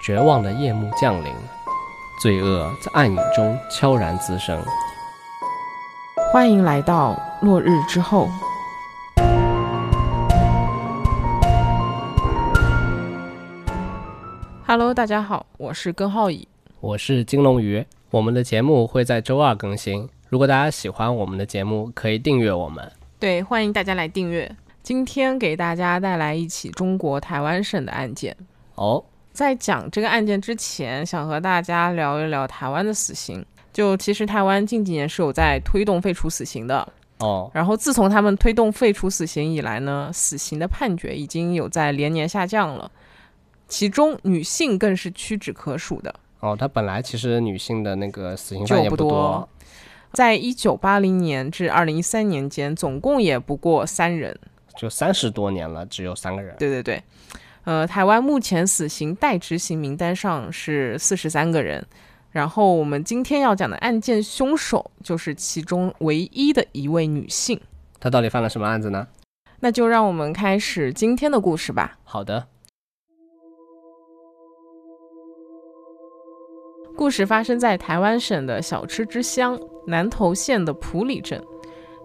绝望的夜幕降临，罪恶在暗影中悄然滋生。欢迎来到落日之后。Hello，大家好，我是根浩乙。我是金龙鱼，我们的节目会在周二更新。如果大家喜欢我们的节目，可以订阅我们。对，欢迎大家来订阅。今天给大家带来一起中国台湾省的案件。哦，在讲这个案件之前，想和大家聊一聊台湾的死刑。就其实台湾近几年是有在推动废除死刑的，哦，然后自从他们推动废除死刑以来呢，死刑的判决已经有在连年下降了，其中女性更是屈指可数的。哦，它本来其实女性的那个死刑犯就也不多。多在一九八零年至二零一三年间，总共也不过三人。就三十多年了，只有三个人。对对对，呃，台湾目前死刑待执行名单上是四十三个人，然后我们今天要讲的案件凶手就是其中唯一的一位女性。他到底犯了什么案子呢？那就让我们开始今天的故事吧。好的，故事发生在台湾省的小吃之乡南投县的埔里镇，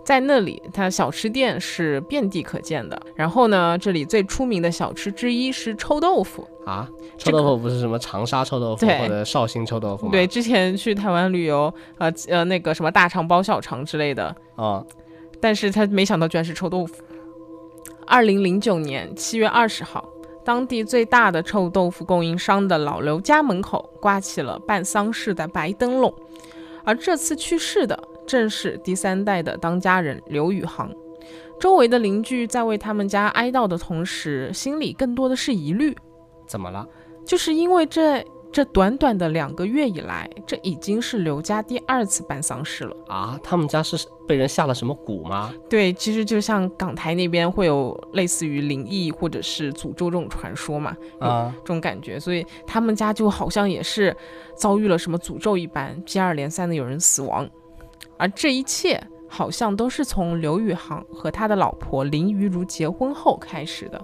在那里，它小吃店是遍地可见的。然后呢，这里最出名的小吃之一是臭豆腐。啊，臭这个豆腐不是什么长沙臭豆腐对或者绍兴臭豆腐吗？对，，之前去台湾旅游，呃呃，那个什么大肠包小肠之类的，哦，但是他没想到居然是臭豆腐。二零零九年七月二十号，当地最大的臭豆腐供应商的老刘家门口挂起了办丧事的白灯笼，而这次去世的正是第三代的当家人刘宇航。周围的邻居在为他们家哀悼的同时，心里更多的是疑虑，怎么了？就是因为这这短短的两个月以来，这已经是刘家第二次办丧事了。啊，他们家是被人下了什么蛊吗？对，其实就像港台那边会有类似于灵异或者是诅咒这种传说嘛，啊、这种感觉，所以他们家就好像也是遭遇了什么诅咒一般，接二连三的有人死亡，而这一切好像都是从刘宇航和他的老婆林于如结婚后开始的。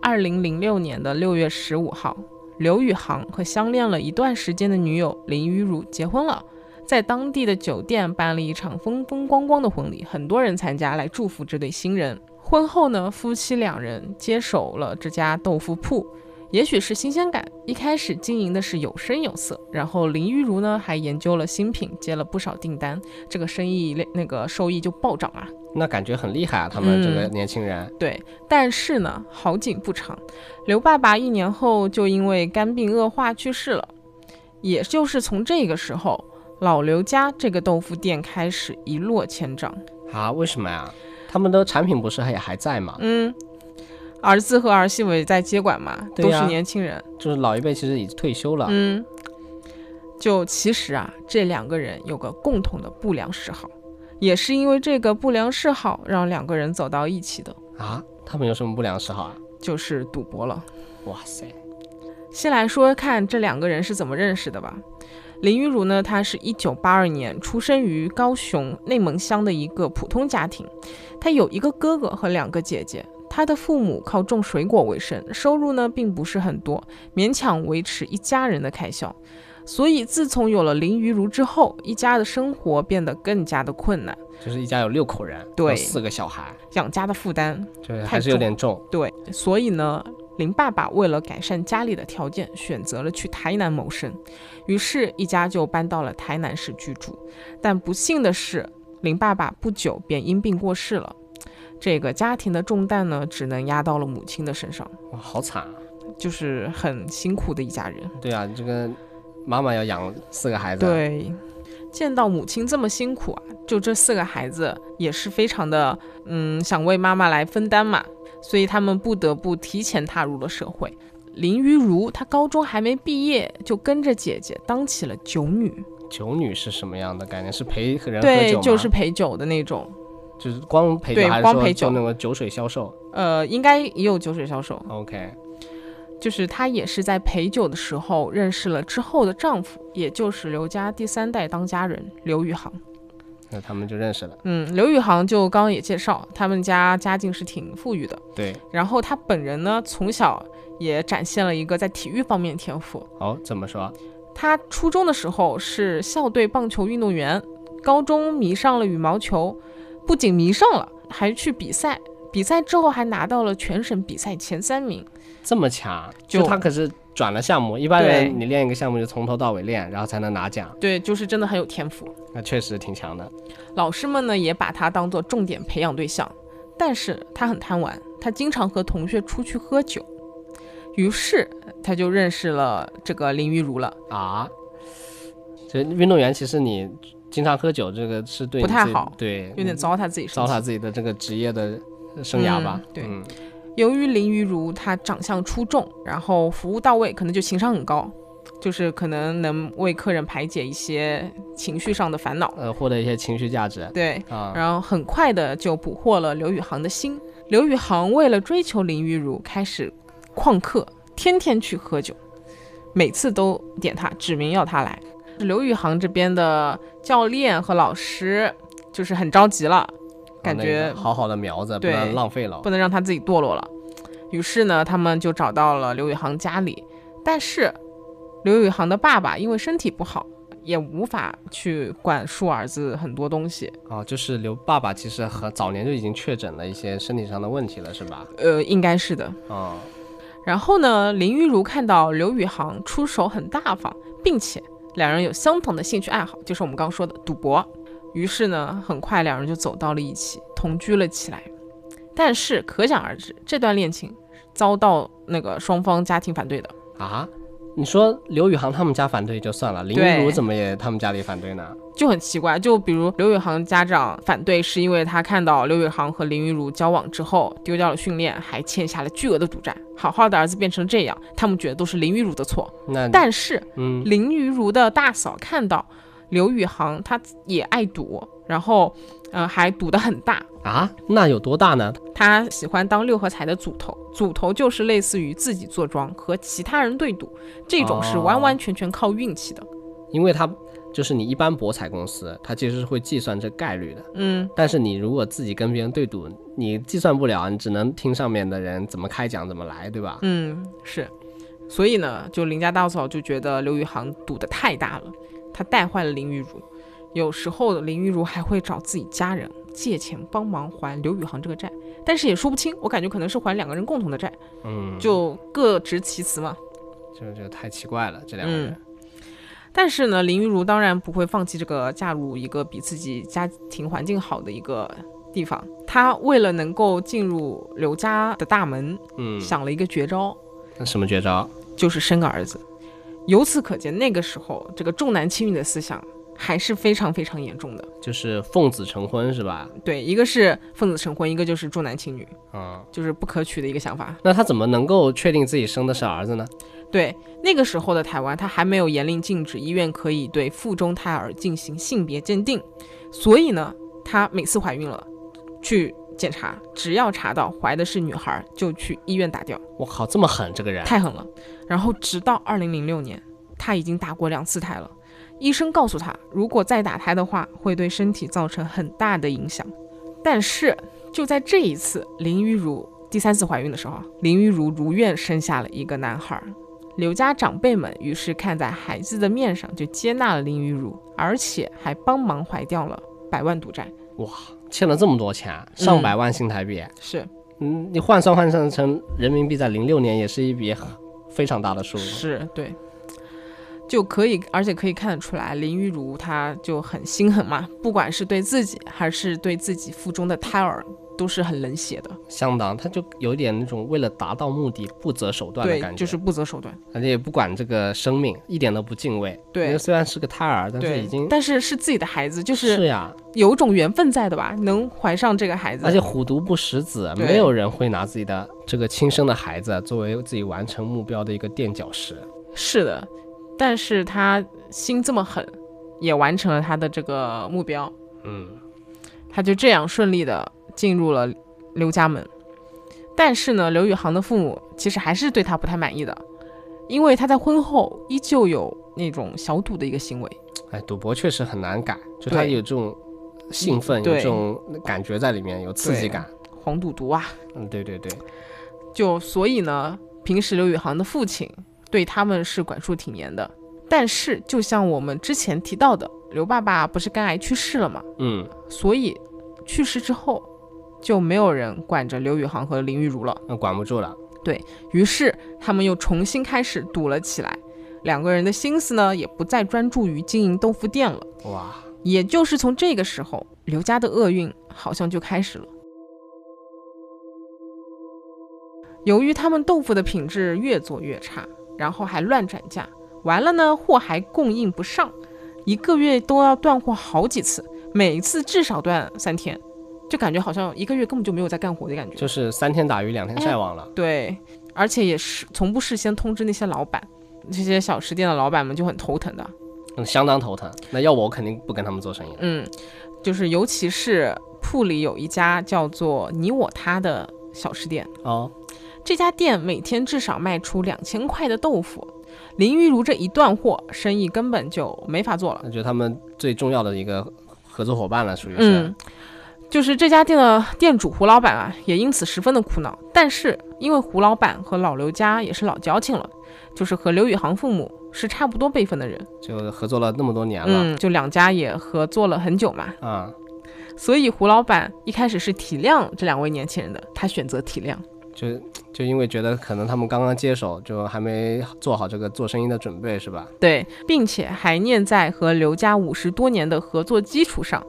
二零零六年的六月十五号，刘宇航和相恋了一段时间的女友林于如结婚了。在当地的酒店办了一场风风光光的婚礼，很多人参加来祝福这对新人。婚后呢，夫妻两人接手了这家豆腐铺，也许是新鲜感，一开始经营的是有声有色。然后林玉如呢，还研究了新品，接了不少订单，这个生意那那个收益就暴涨啊。那感觉很厉害啊，他嗯们这个年轻人。对，但是呢，好景不长，刘爸爸一年后就因为肝病恶化去世了。也就是从这个时候，老刘家这个豆腐店开始一落千丈。啊，为什么呀？他们的产品不是还也还在吗？嗯，儿子和儿媳妇也在接管嘛，对都呀是年轻人。就是老一辈其实已经退休了，嗯，就其实啊，这两个人有个共同的不良嗜好，也是因为这个不良嗜好让两个人走到一起的，啊，他们有什么不良嗜好啊？就是赌博了。哇塞，先来说看这两个人是怎么认识的吧。林玉如呢，她是一九八二年出生于高雄内门乡的一个普通家庭，她有一个哥哥和两个姐姐。她的父母靠种水果为生，收入呢并不是很多，勉强维持一家人的开销。所以自从有了林于如之后，一家的生活变得更加的困难，就是一家有六口人，对有四个小孩，养家的负担就是太还是有点重。对，所以呢，林爸爸为了改善家里的条件，选择了去台南谋生，于是，一家就搬到了台南市居住。但不幸的是，林爸爸不久便因病过世了。这个家庭的重担呢，只能压到了母亲的身上，哇，好惨啊！就是很辛苦的一家人。对啊，这个妈妈要养四个孩子，，啊对，见到母亲这么辛苦啊，就这四个孩子也是非常的，嗯，想为妈妈来分担嘛，所以他们不得不提前踏入了社会。林于如，她高中还没毕业，就跟着姐姐当起了酒女，酒女是什么样的概念？是陪人喝对酒，吗？就是陪酒的那种。就是光陪酒，对还是光说陪做酒那种酒水销售呃，应该也有酒水销售， ？OK，就是她也是在陪酒的时候认识了之后的丈夫，也就是刘家第三代当家人刘宇航。那他们就认识了。嗯，刘宇航就刚刚也介绍，他们家家境是挺富裕的。对，然后他本人呢，从小也展现了一个在体育方面的天赋。哦，怎么说？他初中的时候是校队棒球运动员，高中迷上了羽毛球，不仅迷上了，还去比赛。比赛之后还拿到了全省比赛前三名。这么强？就就他可是转了项目，一般对人你练一个项目就从头到尾练，然后才能拿奖，对，就是真的很有天赋。那确实挺强的。老师们呢也把他当做重点培养对象，但是他很贪玩，他经常和同学出去喝酒，于是他就认识了这个林玉如了。啊，这运动员其实你经常喝酒，这个是对不你太自己好对，有点糟蹋自己身嗯糟体蹋自己的这个职业的生涯吧。嗯对嗯由于林于如她长相出众，然后服务到位，可能就情商很高，就是可能能为客人排解一些情绪上的烦恼。呃，获得一些情绪价值对，啊，然后很快的就捕获了刘宇航的心。刘宇航为了追求林于如，开始旷课，天天去喝酒，每次都点他，指明要他来。刘宇航这边的教练和老师就是很着急了，感那觉个好好的苗子不对能浪费了不能让他自己堕落了。于是呢，他们就找到了刘宇航家里，但是刘宇航的爸爸因为身体不好，也无法去管束儿子很多东西。啊。就是刘爸爸其实很早年就已经确诊了一些身体上的问题了，是吧？呃，应该是的。啊，然后呢，林玉如看到刘宇航出手很大方，并且两人有相同的兴趣爱好，就是我们刚刚说的赌博。于是呢，很快两人就走到了一起，同居了起来。但是可想而知，这段恋情遭到那个双方家庭反对的。啊，你说刘宇航他们家反对就算了，林对玉如怎么也他们家里反对呢？就很奇怪，就比如刘宇航家长反对，是因为他看到刘宇航和林玉如交往之后丢掉了训练，还欠下了巨额的赌债，好好的儿子变成这样，他们觉得都是林玉如的错。那但是嗯，林玉如的大嫂看到刘宇航他也爱赌，然后呃还赌得很大，啊，那有多大呢？他喜欢当六合彩的组头，组头就是类似于自己坐庄和其他人对赌，这种是哦完完全全靠运气的。因为他就是你一般博彩公司，它其实是会计算这概率的。嗯，但是你如果自己跟别人对赌，你计算不了，你只能听上面的人怎么开奖怎么来，对吧？嗯，是。所以呢，就林家大嫂就觉得刘宇航赌得太大了，他带坏了林玉如。有时候林玉如还会找自己家人借钱帮忙还刘宇航这个债，但是也说不清，我感觉可能是还两个人共同的债，嗯，就各执其词嘛。就就太奇怪了，这两个人。但是呢，林玉如当然不会放弃这个嫁入一个比自己家庭环境好的一个地方。她为了能够进入刘家的大门，嗯，想了一个绝招，那什么绝招？就是生个儿子。由此可见，那个时候这个重男轻女的思想还是非常非常严重的。就是奉子成婚是吧？对，一个是奉子成婚，一个就是重男轻女，嗯，就是不可取的一个想法。那他怎么能够确定自己生的是儿子呢？对，那个时候的台湾，它还没有严令禁止医院可以对腹中胎儿进行性别鉴定，所以呢，她每次怀孕了，去检查，只要查到怀的是女孩，就去医院打掉，我靠，这么狠，这个人太狠了。然后直到二零零六年，她已经打过两次胎了，医生告诉她，如果再打胎的话，会对身体造成很大的影响。但是就在这一次，林玉如第三次怀孕的时候，啊林玉如如愿生下了一个男孩。刘家长辈们于是看在孩子的面上，就接纳了林玉如，而且还帮忙还掉了百万赌债。欠了这么多钱，上百万新台币。是嗯，你换算换算成人民币，在零六年也是一笔很非常大的数目。是，对，就可以，而且可以看得出来，林玉如她就很心狠嘛，不管是对自己还是对自己腹中的胎儿，都是很冷血的，相当，他就有点那种为了达到目的不择手段的对感，觉，就是不择手段。而呃且也不管这个生命，一点都不敬畏。因对为虽然是个胎儿，但是对已经，但是是自己的孩子，就是是呀，有种缘分在的吧，能怀上这个孩子，而且虎毒不食子，对没有人会拿自己的这个亲生的孩子作为自己完成目标的一个垫脚石。是的，但是他心这么狠，也完成了他的这个目标，嗯，他就这样顺利的进入了刘家门。但是呢，刘宇航的父母其实还是对他不太满意的，因为他在婚后依旧有那种小赌的一个行为。哎，赌博确实很难改，就他对有这种兴奋，有对这种感觉在里面，有刺激对感。黄赌毒啊。嗯，对对对，就所以呢，平时刘宇航的父亲对他们是管束挺严的。但是，就像我们之前提到的，刘爸爸不是肝癌去世了吗？嗯，所以去世之后就没有人管着刘宇航和林玉如了。那管不住了。于是他们又重新开始赌了起来。两个人的心思呢，也不再专注于经营豆腐店了。哇，也就是从这个时候，刘家的厄运好像就开始了。由于他们豆腐的品质越做越差，然后还乱涨价，完了呢，货还供应不上，一个月都要断货好几次，每一次至少断三天，就感觉好像一个月根本就没有在干活的感觉。就是三天打鱼两天晒网了。对，而且也是从不事先通知那些老板，这些小吃店的老板们就很头疼的。哎嗯，相当头疼。那要我，我肯定不跟他们做生意了。嗯，就是尤其是铺里有一家叫做“你我他”的小吃店，哦，这家店每天至少卖出两千块的豆腐。林玉如这一断货，生意根本就没法做了。那就是他们最重要的一个合作伙伴了，属于是。嗯，就是这家店的店主胡老板啊，也因此十分的苦恼。但是因为胡老板和老刘家也是老交情了，就是和刘宇航父母是差不多辈分的人，就合作了那么多年了。嗯，就两家也合作了很久嘛，啊，所以胡老板一开始是体谅这两位年轻人的，他选择体谅。就就因为觉得可能他们刚刚接手，就还没做好这个做生意的准备，是吧？对，并且还念在和刘家五十多年的合作基础上，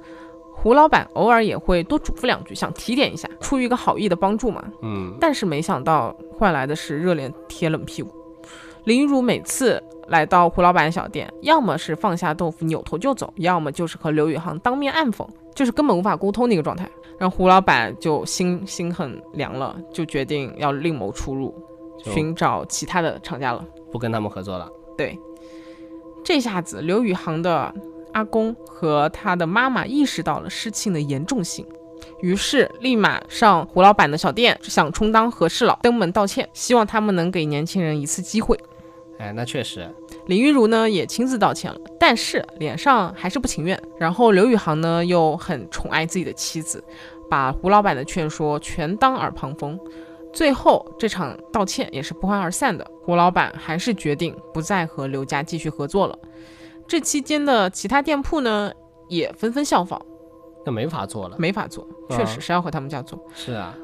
胡老板偶尔也会多嘱咐两句，想提点一下，出于一个好意的帮助嘛。嗯，但是没想到换来的是热脸贴冷屁股。林如每次来到胡老板小店，要么是放下豆腐扭头就走，要么就是和刘宇航当面暗讽，就是根本无法沟通的一个状态。让胡老板就心心很凉了，就决定要另谋出路，就寻找其他的厂家了。不跟他们合作了。对，这下子刘宇航的阿公和他的妈妈意识到了事情的严重性，于是立马上胡老板的小店，想充当和事佬，登门道歉，希望他们能给年轻人一次机会。哎，那确实，林玉如呢也亲自道歉了，但是脸上还是不情愿。然后刘宇航呢又很宠爱自己的妻子，把胡老板的劝说全当耳旁风。最后这场道歉也是不欢而散的，胡老板还是决定不再和刘家继续合作了。这期间的其他店铺呢也纷纷效仿，那没法做了。没法做，确实是要和他们家做。是啊，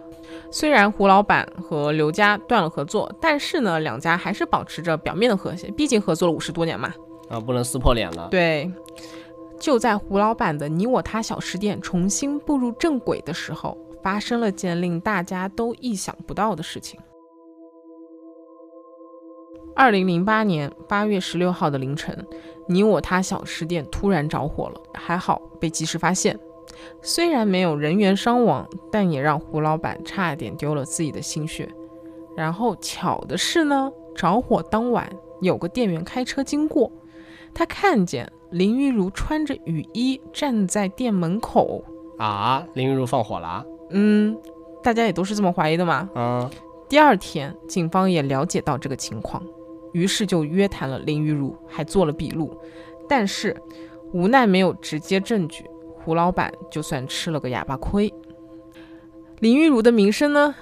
虽然胡老板和刘家断了合作，但是呢两家还是保持着表面的和谐，毕竟合作了五十多年嘛。啊，不能撕破脸了。对，就在胡老板的你我他小吃店重新步入正轨的时候，发生了件令大家都意想不到的事情。二零零八年八月十六号的凌晨，你我他小吃店突然着火了，还好被及时发现。虽然没有人员伤亡，但也让胡老板差点丢了自己的心血。然后巧的是呢，着火当晚有个店员开车经过，他看见林玉如穿着雨衣站在店门口。啊，林玉如放火了啊。嗯，大家也都是这么怀疑的嘛。嗯，第二天，警方也了解到这个情况，于是就约谈了林玉如，还做了笔录。但是无奈没有直接证据，胡老板就算吃了个哑巴亏。林玉如的名声呢，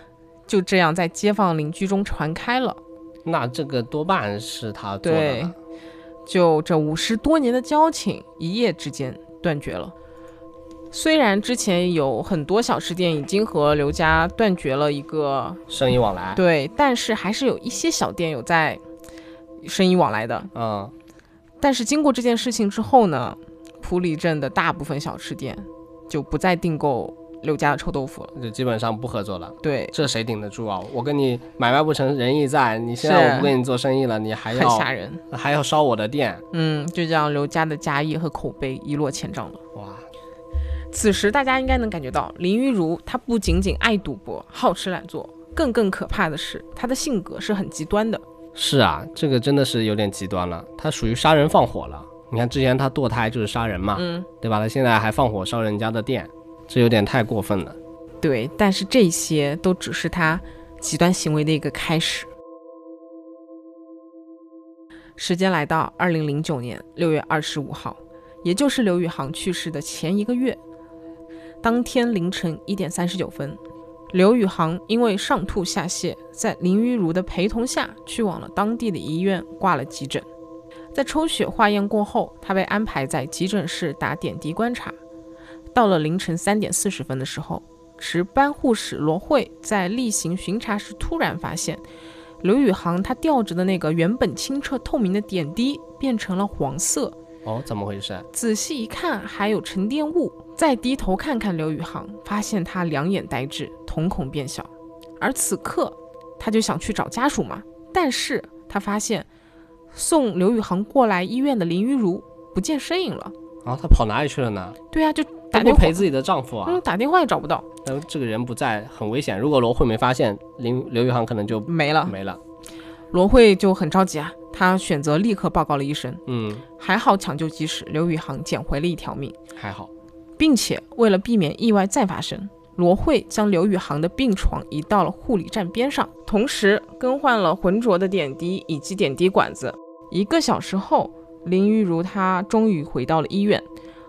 就这样在街坊邻居中传开了。那这个多半是他做的对了。，就这五十多年的交情，一夜之间断绝了。虽然之前有很多小吃店已经和刘家断绝了一个生意往来。对，但是还是有一些小店有在生意往来的。嗯，但是经过这件事情之后呢，普里镇的大部分小吃店就不再订购刘家的臭豆腐了。就基本上不合作了。对，这谁顶得住啊？我跟你买卖不成仁义在，你现在是我不跟你做生意了，你还很要吓人。还要烧我的店，嗯，就这样，刘家的家业和口碑一落千丈了。哇！此时大家应该能感觉到，林玉如她不仅仅爱赌博、好吃懒做，更更可怕的是，她的性格是很极端的。是啊，这个真的是有点极端了，他属于杀人放火了。你看之前他堕胎就是杀人嘛，嗯，对吧？他现在还放火烧人家的店，这有点太过分了。对，但是这些都只是她极端行为的一个开始。时间来到二零零九年六月二十五号，也就是刘宇航去世的前一个月，当天凌晨一点三十九分，刘宇航因为上吐下泻，在林昱如的陪同下去往了当地的医院挂了急诊。在抽血化验过后，他被安排在急诊室打点滴观察。到了凌晨三点四十分的时候，值班护士罗慧在例行巡查时突然发现，刘宇航他吊着的那个原本清澈透明的点滴变成了黄色。哦，怎么回事啊？仔细一看，还有沉淀物。再低头看看刘宇航，发现他两眼呆滞，瞳孔变小。而此刻，他就想去找家属嘛，但是他发现送刘宇航过来医院的林昱如不见身影了。然后她啊跑哪里去了呢？对啊，就她打不电话陪，自己的丈夫啊嗯，？打电话也找不到，那这个人不在，很危险。如果罗慧没发现，林刘宇航可能就没了。没了。罗慧就很着急啊，她选择立刻报告了医生。嗯，还好抢救及时，刘宇航捡回了一条命，还好。并且为了避免意外再发生，罗慧将刘宇航的病床移到了护理站边上，同时更换了浑浊的点滴以及点滴管子。一个小时后，林昱如她终于回到了医院，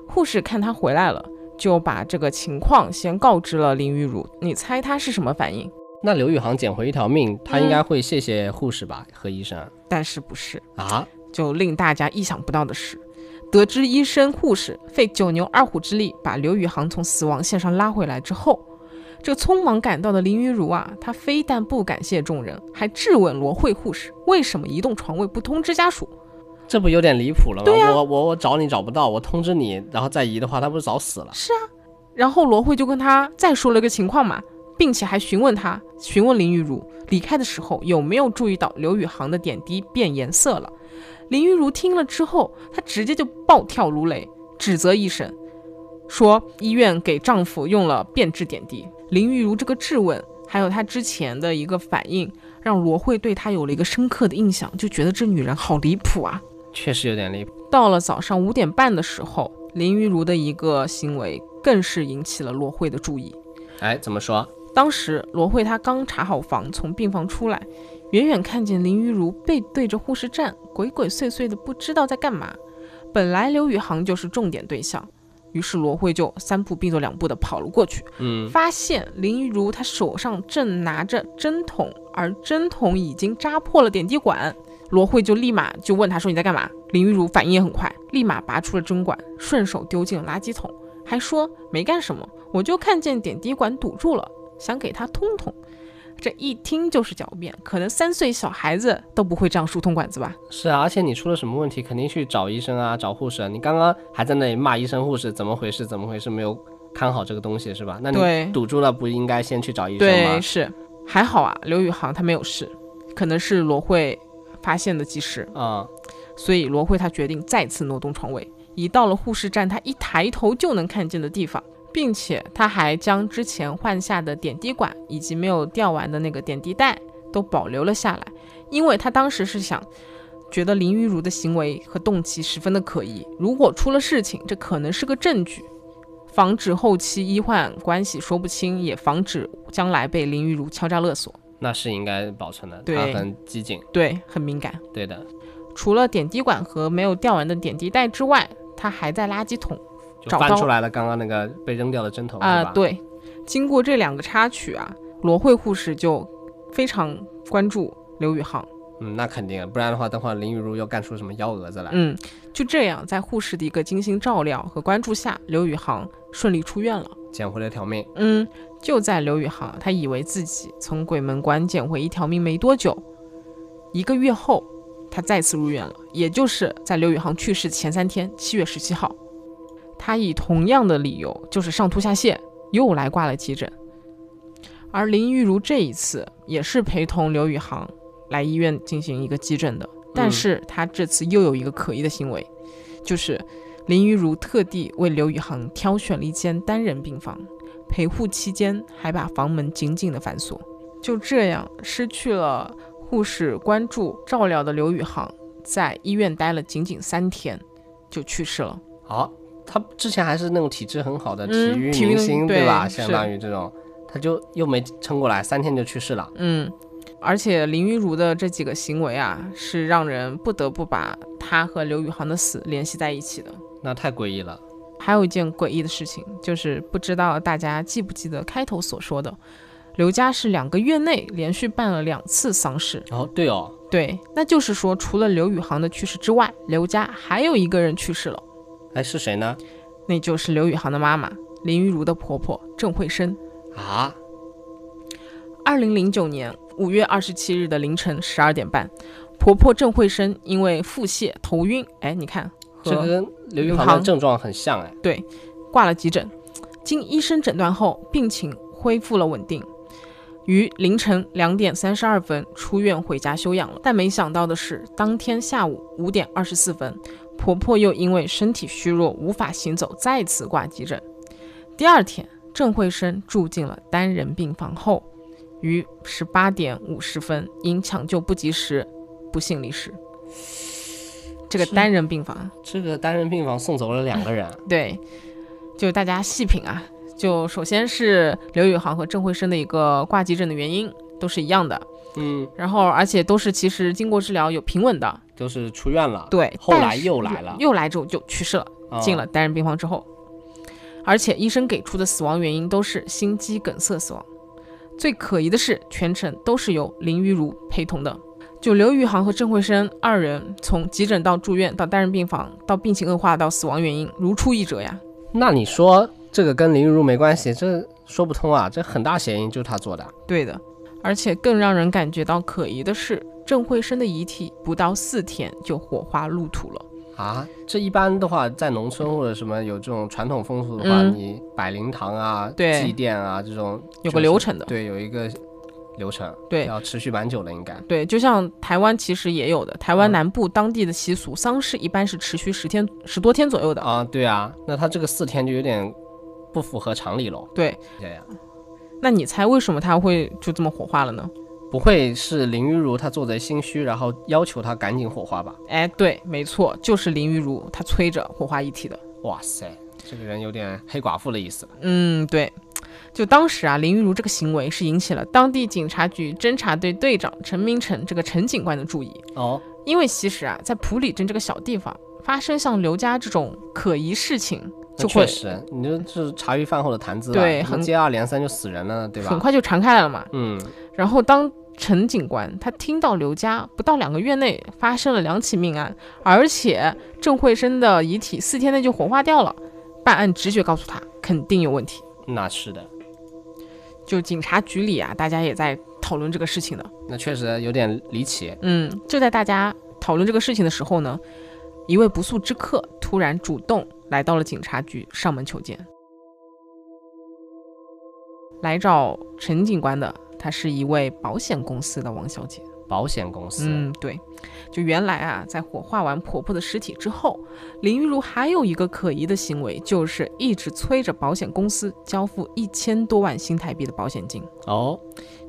护士看她回来了，就把这个情况先告知了林昱如。你猜她是什么反应？那刘宇航捡回一条命，他应该嗯会谢谢护士吧、和医生啊但是不是？啊？就令大家意想不到的是，得知医生、护士费九牛二虎之力把刘宇航从死亡线上拉回来之后，这匆忙赶到的林昱如啊，她非但不感谢众人，还质问罗慧护士为什么移动床位不通知家属。这不有点离谱了吗？对啊我我我找你找不到，我通知你，然后再移的话，他不是早死了？然后罗慧就跟她再说了一个情况嘛，并且还询问她，询问林昱如离开的时候有没有注意到刘宇航的点滴变颜色了。林昱如听了之后，她直接就暴跳如雷，指责医生，说医院给丈夫用了变质点滴。林昱如这个质问，还有她之前的一个反应，让罗慧对她有了一个深刻的印象，就觉得这女人好离谱啊。确实有点离谱。到了早上五点半的时候，林昱如的一个行为更是引起了罗慧的注意。哎，怎么说？当时罗慧她刚查好房，从病房出来，远远看见林昱如背对着护士站，鬼鬼祟祟的不知道在干嘛。本来刘宇航就是重点对象，于是罗慧就三步并作两步的跑了过去，嗯，发现林昱如她手上正拿着针筒，而针筒已经扎破了点滴管。罗慧就立马就问她说：“你在干嘛？”林昱如反应也很快，立马拔出了针管，顺手丢进了垃圾桶，还说没干什么，我就看见点滴管堵住了，想给她通通。这一听就是狡辩，可能三岁小孩子都不会这样疏通管子吧？是啊，而且你出了什么问题，肯定去找医生啊，找护士啊。你刚刚还在那里骂医生护士，怎么回事？怎么回事？没有看好这个东西是吧？那你对堵住了，不应该先去找医生对，吗？是，还好啊，刘宇航他没有事，可能是罗慧发现的及时。啊、所以罗慧她决定再次挪动床位，移到了护士站她一抬头就能看见的地方，并且她还将之前换下的点滴管以及没有吊完的那个点滴袋都保留了下来，因为她当时是想。觉得林昱如的行为和动机十分的可疑，如果出了事情，这可能是个证据，防止后期医患关系说不清，也防止将来被林昱如敲诈勒索。那是应该保存的。对他很机警，对，很敏感。对的。除了点滴管和没有吊完的点滴袋之外，他还在垃圾桶就找翻到出来了刚刚那个被扔掉的针头啊、是吧？对，经过这两个插曲啊，罗慧护士就非常关注刘宇航。嗯，那肯定，不然的话，等会儿林雨如又干出什么幺蛾子来？嗯，就这样，在护士的一个精心照料和关注下，刘宇航顺利出院了。捡回了一条命。嗯，就在刘宇航他以为自己从鬼门关捡回一条命没多久，一个月后，他再次入院了，也就是在刘宇航去世前三天，七月十七号，他以同样的理由，就是上吐下泻，又来挂了急诊。而林玉如这一次也是陪同刘宇航来医院进行一个急诊的，但嗯是他这次又有一个可疑的行为，就是林玉如特地为刘宇航挑选了一间单人病房。陪护期间还把房门紧紧地反锁。就这样，失去了护士关注照料的刘宇航，在医院待了仅仅三天，就去世了。好、他之前还是那种体质很好的嗯体育体育明星，明对吧？对相是当于这种，他就又没撑过来，三天就去世了。嗯，而且林昱如的这几个行为啊，是让人不得不把她和刘宇航的死联系在一起的。那太诡异了。还有一件诡异的事情，就是不知道大家记不记得开头所说的，刘家是两个月内连续办了两次丧事。哦，对哦，对，那就是说，除了刘宇航的去世之外，刘家还有一个人去世了，哎，是谁呢？那就是刘宇航的妈妈林玉如的婆婆郑慧生。啊，二零零九年五月二十七日的凌晨十二点半，婆婆郑慧生因为腹泻、头晕，哎，你看和这个跟刘宇刘航航的症状很像哎。挂了急诊。经医生诊断后，病情恢复了稳定，于凌晨两点三十二分出院回家休养了。但没想到的是，当天下午五点二十四分，婆婆又因为身体虚弱无法行走，再次挂急诊。第二天，郑慧生住进了单人病房后，于十八点五十分因抢救不及时，不幸离世。这个是单人病房啊，这个单人病房送走了两个人啊，对，就大家细品啊，就首先是刘宇航和郑慧生的一个挂急诊的原因都是一样的，嗯，然后而且都是其实经过治疗有平稳的，就是出院了，对，后但来是又来了又来之后就去世了，啊进了单人病房之后，而且医生给出的死亡原因都是心肌梗塞死亡。最可疑的是，全程都是由林玉如陪同的。就刘宇航和郑慧生二人从急诊到住院到单人病房到病情恶化到死亡原因如出一辙呀。那你说这个跟林玉如没关系，这说不通啊，这很大嫌疑就是他做的。对的，而且更让人感觉到可疑的是，郑慧生的遗体不到四天就火化入土了。啊，这一般的话，在农村或者什么有这种传统风俗的话，嗯你摆灵堂啊、对祭奠啊这种就有个是流程的对，有一个流程，对要持续蛮久的，应该。对，就像台湾其实也有的，台嗯湾南部当地的习俗，丧事一般是持续十天、十多天左右的。啊，对啊，那他这个四天就有点不符合常理喽。对，对呀、那你猜为什么他会就这么火化了呢？不会是林玉如她做贼心虚，然后要求他赶紧火化吧？哎，对，没错，就是林玉如她催着火化遗体的。哇塞，这个人有点黑寡妇的意思了。嗯，对。就当时啊，林玉如这个行为是引起了当地警察局侦查队队长陈明成这个陈警官的注意。哦，因为其实啊，在普里镇这个小地方发生像刘家这种可疑事情，那就确会实，你就是茶余饭后的谈资啊，对你很接二连三就死人了，对很吧？快就传开来了嘛。嗯，然后当陈警官他听到刘家不到两个月内发生了两起命案，而且郑慧生的遗体四天内就火化掉了，办案直觉告诉他肯定有问题。那是的，就警察局里啊，大家也在讨论这个事情的。那确实有点离奇。嗯，就在大家讨论这个事情的时候呢，一位不速之客突然主动来到了警察局上门求见，来找陈警官的，她是一位保险公司的王小姐。保险公司、嗯，对，就原来啊，在火化完婆婆的尸体之后，林玉如还有一个可疑的行为，就是一直催着保险公司交付一千多万新台币的保险金。哦，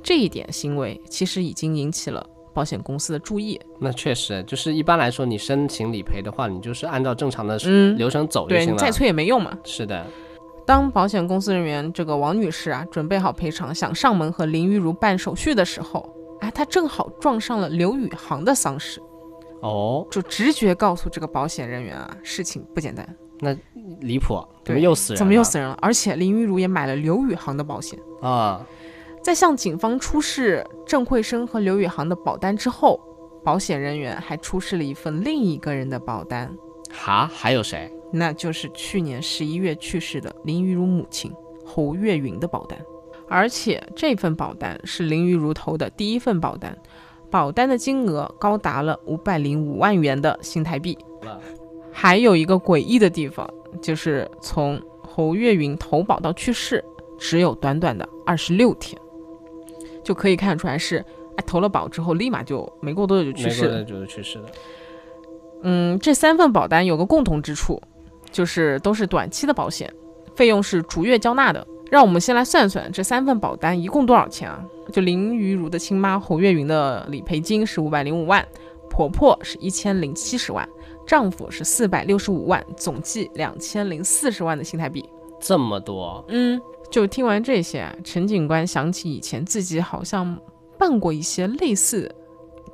这一点行为其实已经引起了保险公司的注意。那确实就是一般来说，你申请理赔的话，你就是按照正常的嗯，流程走就对行你了。再催也没用嘛。是的，当保险公司人员这个王女士啊准备好赔偿，想上门和林玉如办手续的时候，哎，她正好撞上了刘宇航的丧事，哦，就直觉告诉这个保险人员啊，事情不简单，离谱，怎么对又死人了？怎么又死人了？而且林玉如也买了刘宇航的保险。啊？在向警方出示郑慧生和刘宇航的保单之后，保险人员还出示了一份另一个人的保单，哈，还有谁？那就是去年十一月去世的林玉如母亲侯月云的保单，而且这份保单是林玉如投的第一份保单，保单的金额高达了五百零五万元的新台币哇。还有一个诡异的地方，就是从侯月云投保到去世，只有短短的二十六天，就可以看出来是哎投了保之后立马就没过多久就去美世国了。的就是去世的。嗯，这三份保单有个共同之处，就是都是短期的保险，费用是逐月交纳的。让我们先来算算这三份保单一共多少钱啊？就林于如的亲妈侯月云的理赔金是五百零五万，婆婆是一千零七十万，丈夫是四百六十五万，总计两千零四十万的新台币。这么多，嗯，就听完这些啊，陈警官想起以前自己好像办过一些类似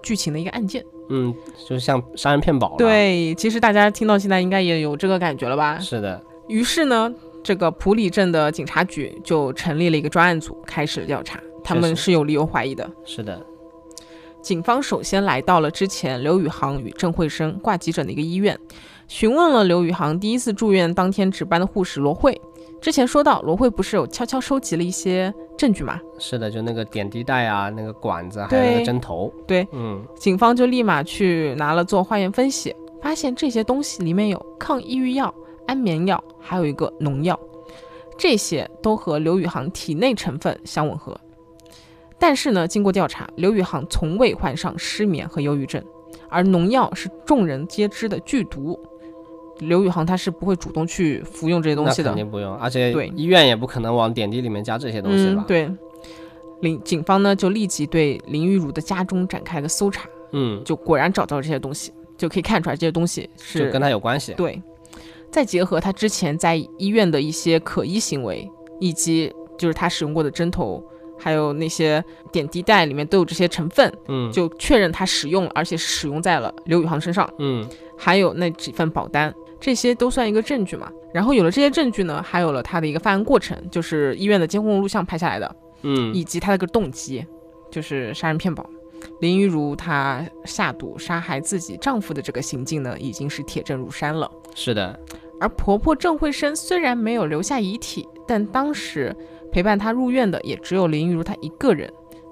剧情的一个案件。嗯，就像杀人骗保了。，对，其实大家听到现在应该也有这个感觉了吧？是的，于是呢，这个普里镇的警察局就成立了一个专案组，开始调查。他确们实是有理由怀疑的。是的，警方首先来到了之前刘宇航与郑慧生挂急诊的一个医院，询问了刘宇航第一次住院当天值班的护士罗慧。之前说到，罗慧不是有悄悄收集了一些证据吗？是的，就那个点滴带啊，那个管子，还有那对个针头，对，嗯，警方就立马去拿了做化验分析，发现这些东西里面有抗抑郁药、安眠药，还有一个农药，这些都和刘宇航体内成分相吻合。但是呢，经过调查，刘宇航从未患上失眠和忧郁症，而农药是众人皆知的剧毒。刘宇航他是不会主动去服用这些东那西的肯，定不用，而且对医院也不可能往点滴里面加这些东西吧嗯、？对，林警方呢就立即对林玉茹的家中展开了搜查，嗯，就果然找到了这些东西，就可以看出来这些东西是就跟他有关系，对，再结合他之前在医院的一些可疑行为，以及就是他使用过的针头，还有那些点滴袋里面都有这些成分，嗯，就确认他使用了，而且使用在了刘宇航身上，嗯，还有那几份保单。这些都算一个证据嘛，然后有了这些证据呢，还有了他的一个犯案过程，就是医院的监控录像拍下来的，嗯，以及他的个动机，就是杀人骗保。林玉如她下毒杀害自己丈夫的这个行径呢，已经是铁证如山了。是的，而婆婆郑慧生虽然没有留下遗体，但当时陪伴她入院的也只有林玉如她一个人，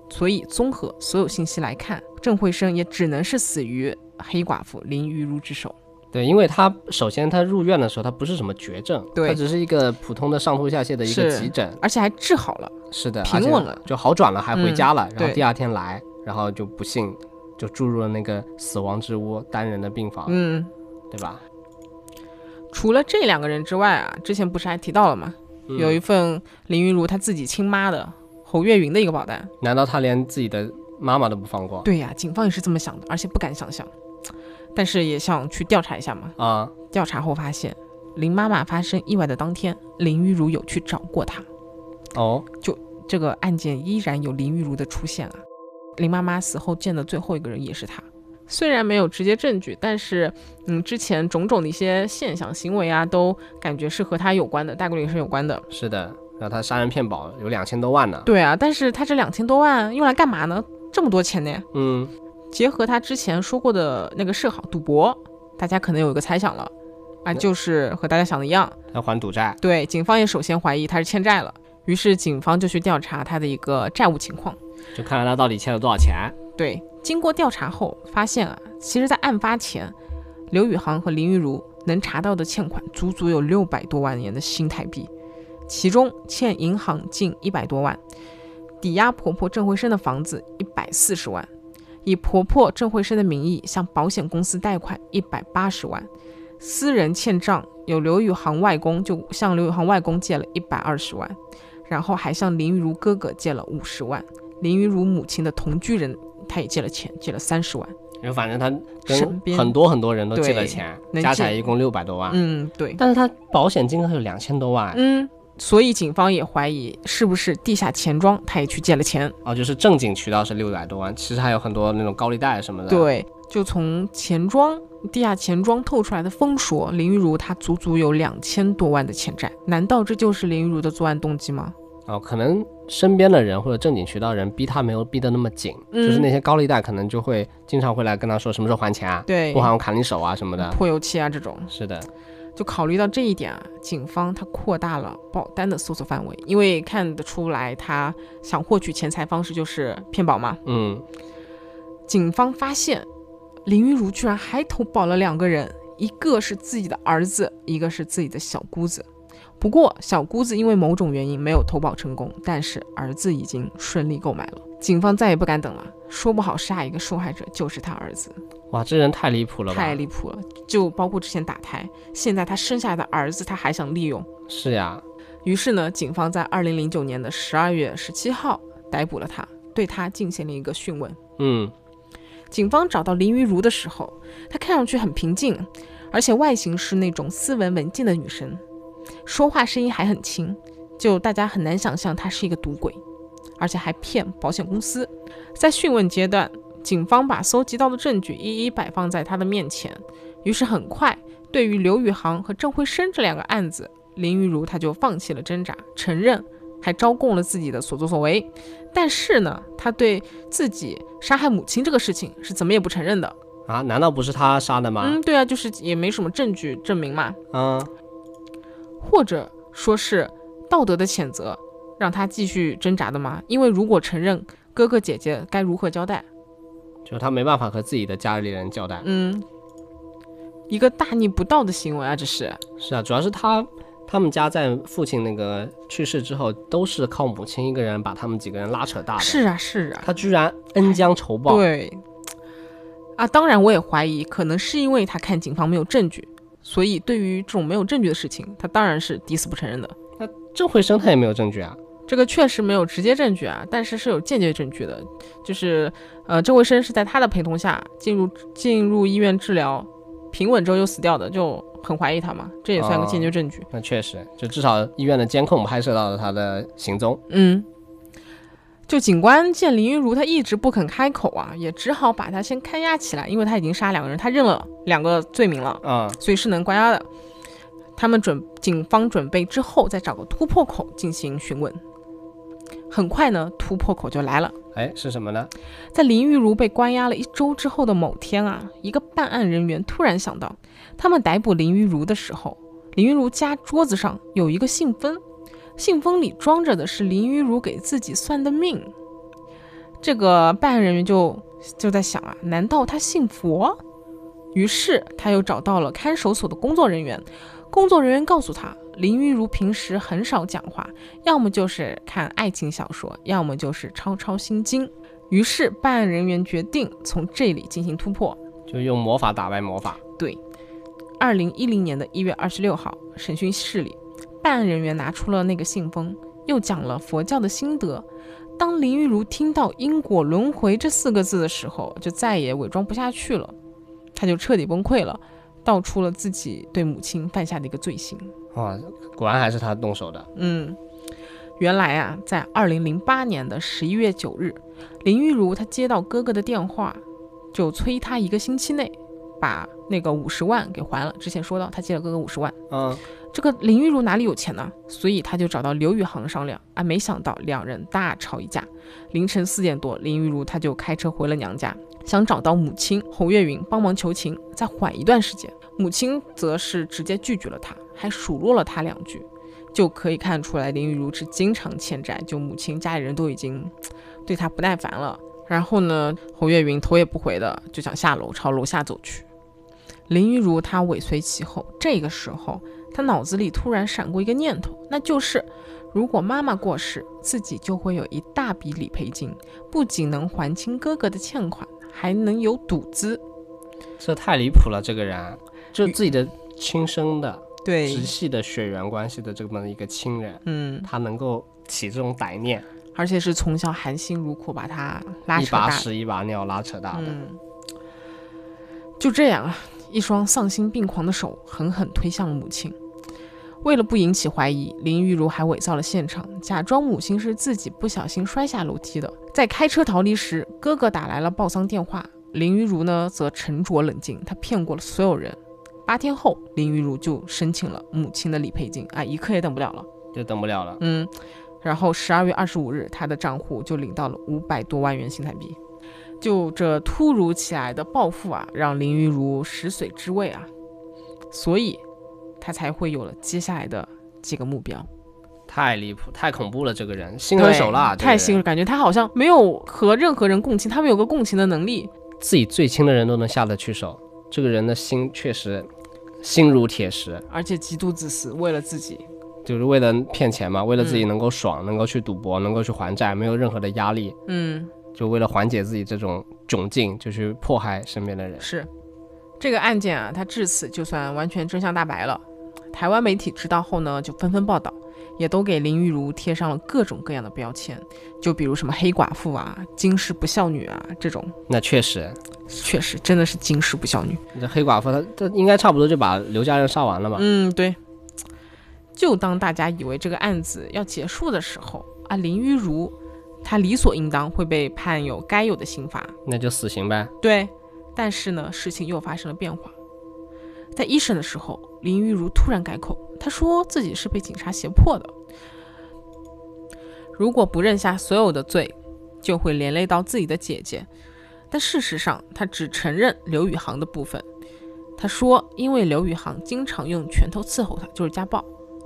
所以综合所有信息来看，郑慧生也只能是死于黑寡妇林玉如之手。对，因为他首先他入院的时候，他不是什么绝症，对他只是一个普通的上吐下泻的一个是急诊，而且还治好了，是的，平而且稳了嗯就好转了，还回家了。然后对第二天来，然后就不幸就住入了那个死亡之屋单人的病房，嗯，对吧？除了这两个人之外啊，之前不是还提到了吗？嗯有一份林云如她自己亲妈的侯月云的一个保单。难道他连自己的妈妈都不放过对呀、警方也是这么想的，而且不敢想象，但是也想去调查一下嘛。啊？调查后发现，林妈妈发生意外的当天，林玉如有去找过她。哦，这个案件依然有林玉如的出现啊。林妈妈死后见的最后一个人也是她。虽然没有直接证据，但是，嗯，之前种种的一些现象、行为啊，都感觉是和她有关的，大规律是有关的。是的，然后他杀人骗保有两千多万呢。对啊，但是她这两千多万用来干嘛呢？这么多钱呢？嗯，结合他之前说过的那个嗜好赌博，大家可能有一个猜想了，啊，就是和大家想的一样。要还赌债。对，警方也首先怀疑他是欠债了，于是警方就去调查他的一个债务情况。就看看他到底欠了多少钱。对，经过调查后发现啊，其实在案发前，刘宇航和林玉如能查到的欠款足足有六百多万元的新台币，其中欠银行近一百多万，抵押婆婆郑慧生的房子一百四十万，以婆婆郑慧生的名义向保险公司贷款一百八十万，私人欠账有刘宇航外公就向刘宇航外公借了一百二十万，然后还向林玉如哥哥借了五十万。林玉如母亲的同居人他也借了钱，借了三十万。然后反正他身跟边很多很多人都借对了钱，能加借起来一共六百多万。嗯，对，但是他保险金额有两千多万，嗯，所以警方也怀疑是不是地下钱庄他也去借了钱。哦，就是正经渠道是六百多万，其实还有很多那种高利贷什么的。，对，就从钱庄地下钱庄透出来的风说，林玉如她足足有两千多万的欠债。难道这就是林玉如的作案动机吗？哦，可能身边的人或者正经渠道人逼他没有逼得那么紧，嗯就是那些高利贷可能就会经常会来跟他说什么时候还钱啊，对不还我砍你手啊什么的。泼油漆啊这种。是的，就考虑到这一点啊，警方他扩大了保单的搜索范围，因为看得出来他想获取钱财方式就是骗保嘛。嗯，警方发现林玉如居然还投保了两个人，一个是自己的儿子，一个是自己的小姑子。不过小姑子因为某种原因没有投保成功，但是儿子已经顺利购买了。警方再也不敢等了，说不好下一个受害者就是他儿子，哇，这人太离谱了吧？太离谱了。就包括之前打胎，现在他生下来的儿子，他还想利用。是呀，于是呢，警方在二零零九年的十二月十七号逮捕了他，对他进行了一个讯问。嗯，警方找到林于如的时候，她看上去很平静，而且外形是那种斯文文静的女生，说话声音还很轻，就大家很难想象她是一个赌鬼，而且还骗保险公司。在讯问阶段，警方把搜集到的证据一一摆放在她的面前，于是很快，对于刘宇航和郑慧生这两个案子，林玉如她就放弃了挣扎，承认还招供了自己的所作所为。但是呢，她对自己杀害母亲这个事情是怎么也不承认的。啊，难道不是他杀的吗？嗯，对啊，就是也没什么证据证明嘛，嗯，或者说是道德的谴责让她继续挣扎的嘛。因为如果承认，哥哥姐姐该如何交代？就是他没办法和自己的家里人交代。嗯，一个大逆不道的行为啊，这是。是啊，主要是他他们家在父亲那个去世之后，都是靠母亲一个人把他们几个人拉扯大的。是啊，是啊，他居然恩将仇报。对。啊，当然我也怀疑，可能是因为他看警方没有证据，所以对于这种没有证据的事情，他当然是抵死不承认的。郑慧生他也没有证据啊。这个确实没有直接证据啊，但是是有间接证据的，就是呃，郑慧生是在他的陪同下进入进入医院治疗，平稳之后又死掉的，就很怀疑他嘛，这也算个间接证据。那确实，就至少医院的监控拍摄到了他的行踪。嗯，就警官见林云如他一直不肯开口啊，也只好把他先看押起来，因为他已经杀两个人，他认了两个罪名了，嗯，所以是能关押的。他们准警方准备之后再找个突破口进行询问。很快呢，突破口就来了。哎，是什么呢？在林玉如被关押了一周之后的某天啊，一个办案人员突然想到，他们逮捕林玉如的时候，林玉如家桌子上有一个信封，信封里装着的是林玉如给自己算的命。这个办案人员就就在想啊，难道他信佛？于是他又找到了看守所的工作人员，工作人员告诉他，林玉如平时很少讲话，要么就是看爱情小说，要么就是抄抄心经。于是办案人员决定从这里进行突破。就用魔法打败魔法。对，二零一零年的一月二十六号，审讯室里，办案人员拿出了那个信封，又讲了佛教的心得。当林玉如听到“因果轮回”这四个字的时候，就再也伪装不下去了，她就彻底崩溃了，道出了自己对母亲犯下的一个罪行。哇，啊果然还是他动手的。嗯，原来啊，在二零零八年的十一月九日，林玉如她接到哥哥的电话，就催他一个星期内把那个五十万给还了。之前说到，他借了哥哥五十万，嗯，这个林玉如哪里有钱呢？所以他就找到刘宇航商量啊，没想到两人大吵一架。凌晨四点多，林玉如她就开车回了娘家，想找到母亲侯月云帮忙求情，再缓一段时间。母亲则是直接拒绝了他，还数落了他两句。就可以看出来，林玉如是经常欠债，就母亲家里人都已经嘖对她不耐烦了。然后呢，侯月云头也不回的就想下楼，朝楼下走去。林玉如她尾随其后，这个时候她脑子里突然闪过一个念头，那就是如果妈妈过世，自己就会有一大笔理赔金，不仅能还清哥哥的欠款，还能有赌资。这太离谱了，这个人，啊就自己的亲生的、对直系的血缘关系的这么一个亲人，嗯，他能够起这种歹念，而且是从小含辛茹苦把他拉一扯把大的。屎一把尿拉扯大的。嗯，就这样啊，一双丧心病狂的手狠狠推向了母亲。为了不引起怀疑，林玉如还伪造了现场，假装母亲是自己不小心摔下楼梯的。在开车逃离时，哥哥打来了报丧电话，林玉如呢则沉着冷静，她骗过了所有人。八天后，林玉如就申请了母亲的理赔金，啊，一刻也等不了了。就等不了了。嗯，然后十二月二十五日，他的账户就领到了五百多万元新台币。就这突如其来的暴富啊，让林玉如食髓知味啊，所以他才会有了接下来的几个目标。太离谱，太恐怖了！这个人心狠手辣，太心狠，了，感觉他好像没有和任何人共情，他们有个共情的能力。自己最亲的人都能下得去手，这个人的心确实心如铁石，而且极度自私，为了自己，就是为了骗钱嘛，为了自嗯己能够爽，能够去赌博，能够去还债，没有任何的压力，嗯，就为了缓解自己这种窘境，就去迫害身边的人。是，这个案件啊，它至此就算完全真相大白了。台湾媒体知道后呢，就纷纷报道，也都给林玉如贴上了各种各样的标签，就比如什么黑寡妇啊、金氏不孝女啊这种，那确实，确实真的是金氏不孝女。这黑寡妇她她应该差不多就把刘家人杀完了吧？嗯，对。就当大家以为这个案子要结束的时候啊，林玉如她理所应当会被判有该有的刑罚，那就死刑呗。对，但是呢，事情又发生了变化。在一审的时候，林玉如突然改口，他说自己是被警察胁迫的。如果不认下所有的罪，就会连累到自己的姐姐。但事实上，他只承认刘宇航的部分。他说，因为刘宇航经常用拳头伺候他，就是家暴，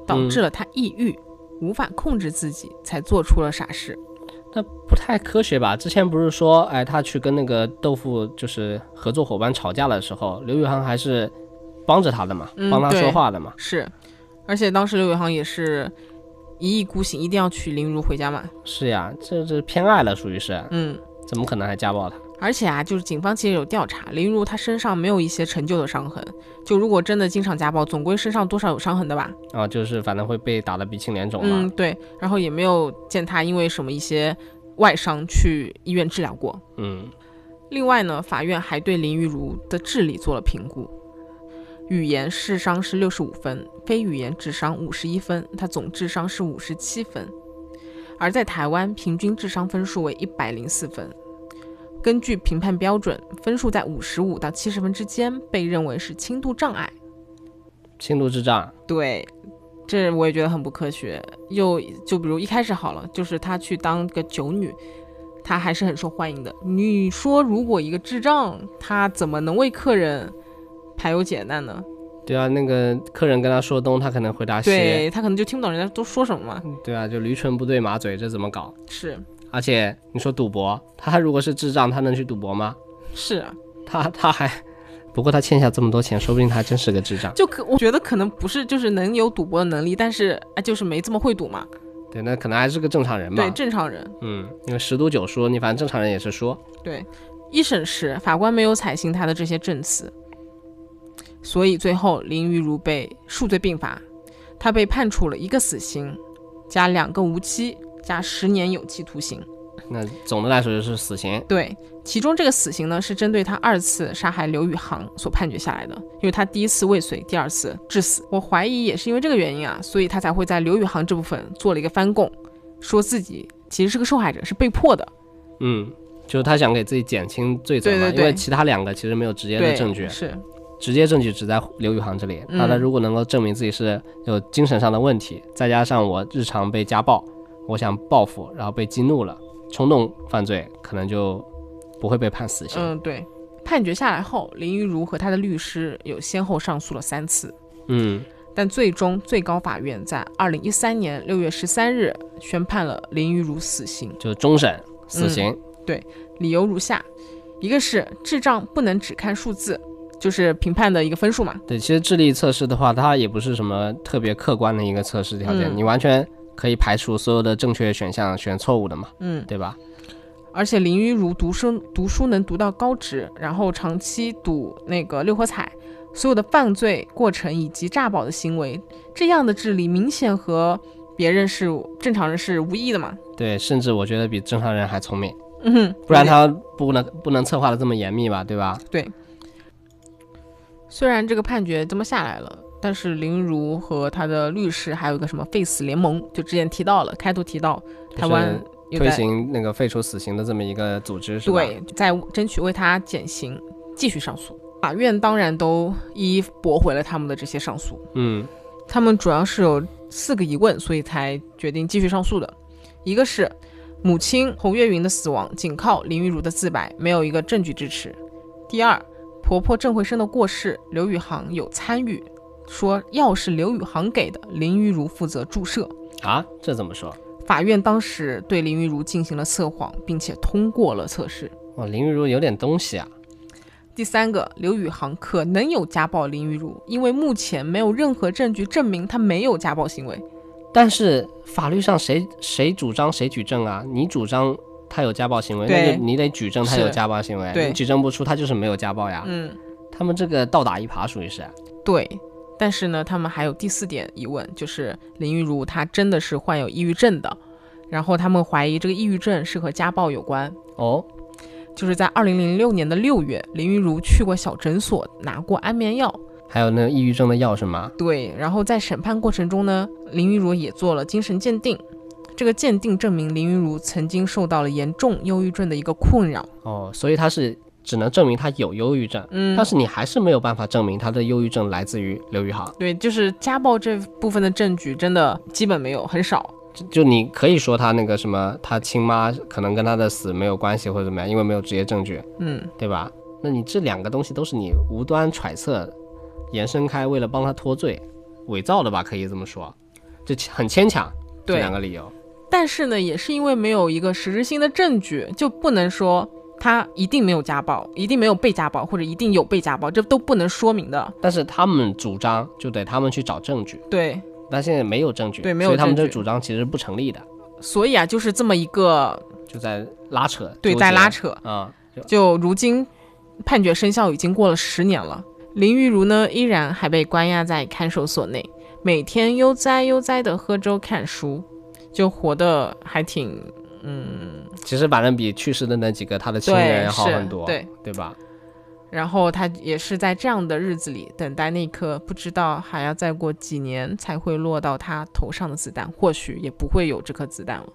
导致了他抑郁，无法控制自己，才做出了傻事。那不太科学吧？之前不是说，哎，他去跟那个豆腐就是合作伙伴吵架的时候，刘宇航还是帮着他的嘛，嗯帮他对说话的嘛。是，而且当时刘宇航也是一意孤行，一定要娶林如回家嘛。是呀，这这偏爱了，属于是，嗯，怎么可能还家暴他？而且啊，就是警方其实有调查，林如她身上没有一些陈旧的伤痕，就如果真的经常家暴，总归身上多少有伤痕的吧。啊，就是反正会被打得鼻青脸肿嗯嘛。，对，然后也没有见她因为什么一些外伤去医院治疗过。嗯另外呢，法院还对林玉如的智力做了评估，语言智商是六十五分，非语言智商五十一分，她总智商是五十七分，而在台湾平均智商分数为一百零四分。根据评判标准，分数在五十五到七十分之间被认为是轻度障碍。轻度智障，对，这我也觉得很不科学。又就比如一开始好了，就是她去当个酒女，她还是很受欢迎的。你说如果一个智障，她怎么能为客人排忧解难呢？对啊，那个客人跟他说东，他可能回答西，对她可能就听不懂人家都说什么嘛。对啊，就驴唇不对马嘴，这怎么搞？是而且你说赌博，他如果是智障，他能去赌博吗？是啊，他他还，不过他欠下这么多钱，说不定他真是个智障。就可我觉得可能不是就是能有赌博的能力，但是啊就是没这么会赌嘛。对，那可能还是个正常人对嘛。正常人。嗯，因为十赌九输，你反正正常人也是输。对，一审时法官没有采信他的这些证词，所以最后林昱如被数罪并罚，他被判处了一个死刑，加两个无期，加十年有期徒刑。那总的来说就是死刑。对，其中这个死刑呢是针对他二次杀害刘宇航所判决下来的，因为他第一次未遂，第二次致死。我怀疑也是因为这个原因啊，所以他才会在刘宇航这部分做了一个翻供，说自己其实是个受害者，是被迫的。嗯，就是他想给自己减轻罪责嘛，对对对因为其他两个其实没有直接的对，证据，是直接证据只在刘宇航这里。嗯那他如果能够证明自己是有精神上的问题，再加上我日常被家暴，我想报复，然后被激怒了，冲动犯罪，可能就不会被判死刑。嗯，对。判决下来后，林昱如和她的律师有先后上诉了三次，嗯但最终最高法院在二零一三年六月十三日宣判了林昱如死刑，就终审嗯死刑。理由如下：一个是智障不能只看数字，就是评判的一个分数嘛，对，其实智力测试的话，它也不是什么特别客观的一个测试条件，嗯你完全可以排除所有的正确选项，选错误的嘛，嗯，对吧？而且林昱如读书读书能读到高职，然后长期赌那个六合彩，所有的犯罪过程以及诈保的行为，这样的智力明显和别人是正常人是无异的嘛，对，甚至我觉得比正常人还聪明，嗯哼，不然他不能不能策划的这么严密吧，对吧？虽然这个判决这么下来了，但是林如和他的律师还有一个什么 Face 联盟，就之前提到了，开头提到台湾有推在行那个废除死刑的这么一个组织是吧？，对在争取为他减刑，继续上诉。法院当然都一一驳回了他们的这些上诉，嗯他们主要是有四个疑问，所以才决定继续上诉的。一个是母亲侯月云的死亡仅靠林玉如的自白，没有一个证据支持；第二，婆婆郑慧生的过世，刘宇航有参与，说药是刘宇航给的，林玉如负责注射。啊，这怎么说？法院当时对林玉如进行了测谎，并且通过了测试。哇，林玉如有点东西啊，第三个，刘宇航可能有家暴林玉如，因为目前没有任何证据证明他没有家暴行为。但是法律上谁谁主张谁举证啊？你主张他有家暴行为，对那就你得举证他是有家暴行为，对你举证不出他就是没有家暴呀。嗯，他们这个倒打一耙属于是，对，但是呢，他们还有第四点疑问，就是林玉如她真的是患有抑郁症的，然后他们怀疑这个抑郁症是和家暴有关。哦，就是在二零零六年的六月，林玉如去过小诊所拿过安眠药，还有那个抑郁症的药是吗？对，然后在审判过程中呢，林玉如也做了精神鉴定，这个鉴定证明林玉如曾经受到了严重忧郁症的一个困扰，哦，所以他是只能证明他有忧郁症，嗯，但是你还是没有办法证明他的忧郁症来自于刘宇航。对，就是家暴这部分的证据真的基本没有，很少。就就你可以说他那个什么，他亲妈可能跟他的死没有关系或者怎么样，因为没有直接证据，嗯，对吧？那你这两个东西都是你无端揣测、延伸开，为了帮他脱罪，伪造的吧？可以这么说，就很牵强。这对啊两。个理由，但是呢，也是因为没有一个实质性的证据，就不能说他一定没有家暴，一定没有被家暴，或者一定有被家暴，这都不能说明的。但是他们主张就得他们去找证据，对，但现在没有证据，对没有所以他们证这据主张其实不成立的，所以啊，就是这么一个就在拉扯，对纠在结拉扯。啊、就就如今判决生效已经过了十年了，林玉如呢依然还被关押在看守所内，每天悠哉悠哉的喝粥看书，就活得还挺嗯其实反正比去世的那几个他的亲人对，要好是很多，对。对吧？然后他也是在这样的日子里等待那颗不知道还要再过几年才会落到他头上的子弹，或许也不会有这颗子弹了。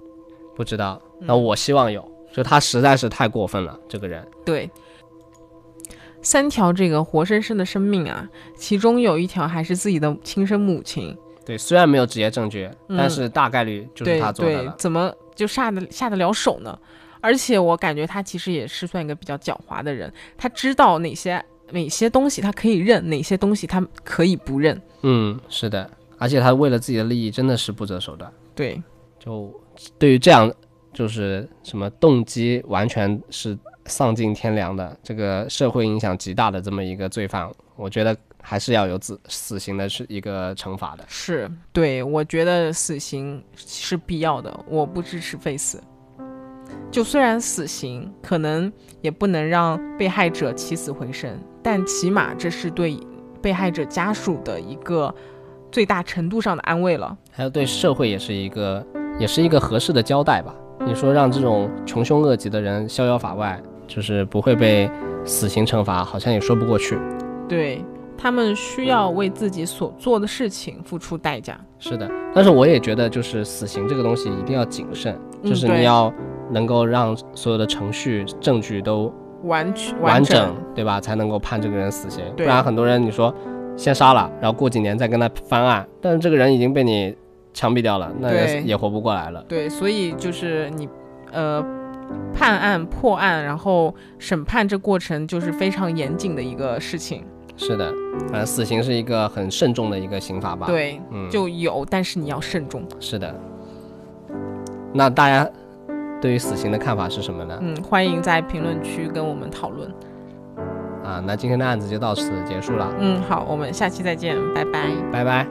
不知道，嗯那我希望有，就他实在是太过分了，这个人。对，三条这个活生生的生命啊，其中有一条还是自己的亲生母亲，对，虽然没有直接证据，嗯但是大概率就是对他做的对了，。怎么就下得下得了手呢？而且我感觉他其实也是算一个比较狡猾的人，他知道哪些哪些东西他可以认，哪些东西他可以不认。嗯，是的，而且他为了自己的利益真的是不择手段。对，就对于这样，就是什么动机完全是丧尽天良的，这个社会影响极大的这么一个罪犯，我觉得还是要有死死刑的是一个惩罚的。是对，我觉得死刑是必要的，我不支持废死。就虽然死刑可能也不能让被害者起死回生，但起码这是对被害者家属的一个最大程度上的安慰了。还有对社会也是一个，也是一个合适的交代吧。你说让这种穷凶恶极的人逍遥法外，就是不会被死刑惩罚，好像也说不过去。对他们需要为自己所做的事情付出代价。是的，但是我也觉得，就是死刑这个东西一定要谨慎，嗯就是对你要能够让所有的程序、证据都完全完整，整，对吧？才能够判这个人死刑。不对然很多人你说先杀了，然后过几年再跟他翻案，但是这个人已经被你枪毙掉了，那对也也活不过来了。对，所以就是你，呃，判案、破案，然后审判这过程就是非常严谨的一个事情。是的，反正死刑是一个很慎重的一个刑罚吧。，对，嗯，就有，但是你要慎重。是的。那大家对于死刑的看法是什么呢？嗯，欢迎在评论区跟我们讨论。啊，那今天的案子就到此结束了，嗯，好，我们下期再见，拜拜。拜拜。